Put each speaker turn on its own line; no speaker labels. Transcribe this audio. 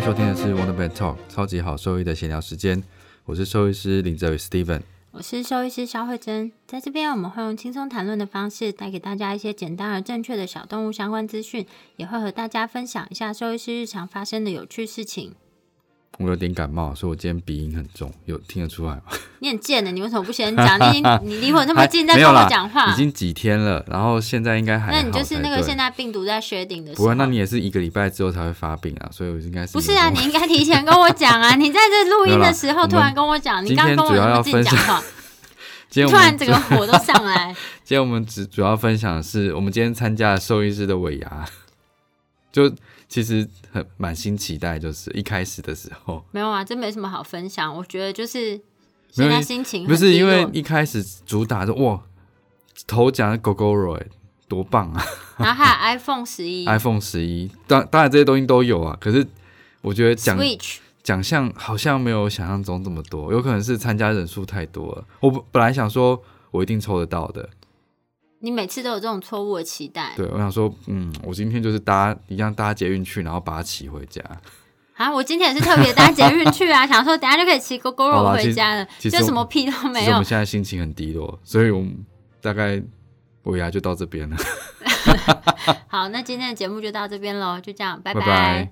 收听的是 Wonder Pet Talk 超级好兽医的闲聊时间，我是兽医师林哲宇 Steven。
我是兽医师肖慧珍，在这边我们会用轻松谈论的方式，带给大家一些简单而正确的小动物相关资讯，也会和大家分享一下兽医师日常发生的有趣事情。
我有点感冒，所以我今天鼻音很重，有听得出来吗？
你很贱的，欸你为什么不先讲？你 已经你离我那么近，
还
在
哎没
跟
有啦
我讲话
已，经几天了，然后现在应该还好
那你就是
才
那个
对
现在病毒在薛定的时
不
候
会，。那你也是一个礼拜之后才会发病啊，所以我应该是
不是
没有
啊，
什么
你应该提前跟我讲啊！你在这录音的时
没有啦
候突
我
然
们
跟我讲，你
今
刚
天
刚跟我
主要
那
要
么近
分享
讲话，
今天 我
突然
们
整个火都上来。
今天我们只主要分享的是我们今天参加了兽医师的尾牙，就其实很满心期待，就是一开始的时候。
没有啊，这没什么好分享。我觉得就是
没有
现在
你
心情
不
很
是
低
因为
落
一开始主打就哇，头奖的狗狗肉哎，多棒啊
然后还有 iPhone 十一、
！iPhone 十一，当当然这些东西都有啊，可是我觉得奖
Switch，
奖项好像没有想象中这么多，有可能是参加人数太多了。我本本来想说我一定抽得到的，
你每次都有这种错误的期待。
对我想说，嗯，我今天就是搭一样搭捷运去，然后把它骑回家。
啊，我今天也是特别搭捷运 去啊，想说等下就可以骑狗狗
好
肉
啦其
回
实
家了，
其
就
实我
什么屁都
其
没
实我
有
们。现在心情很低落，所以我们大概尾牙就到这边了，
好，那今天的节目就到这边喽，就这样，拜
拜拜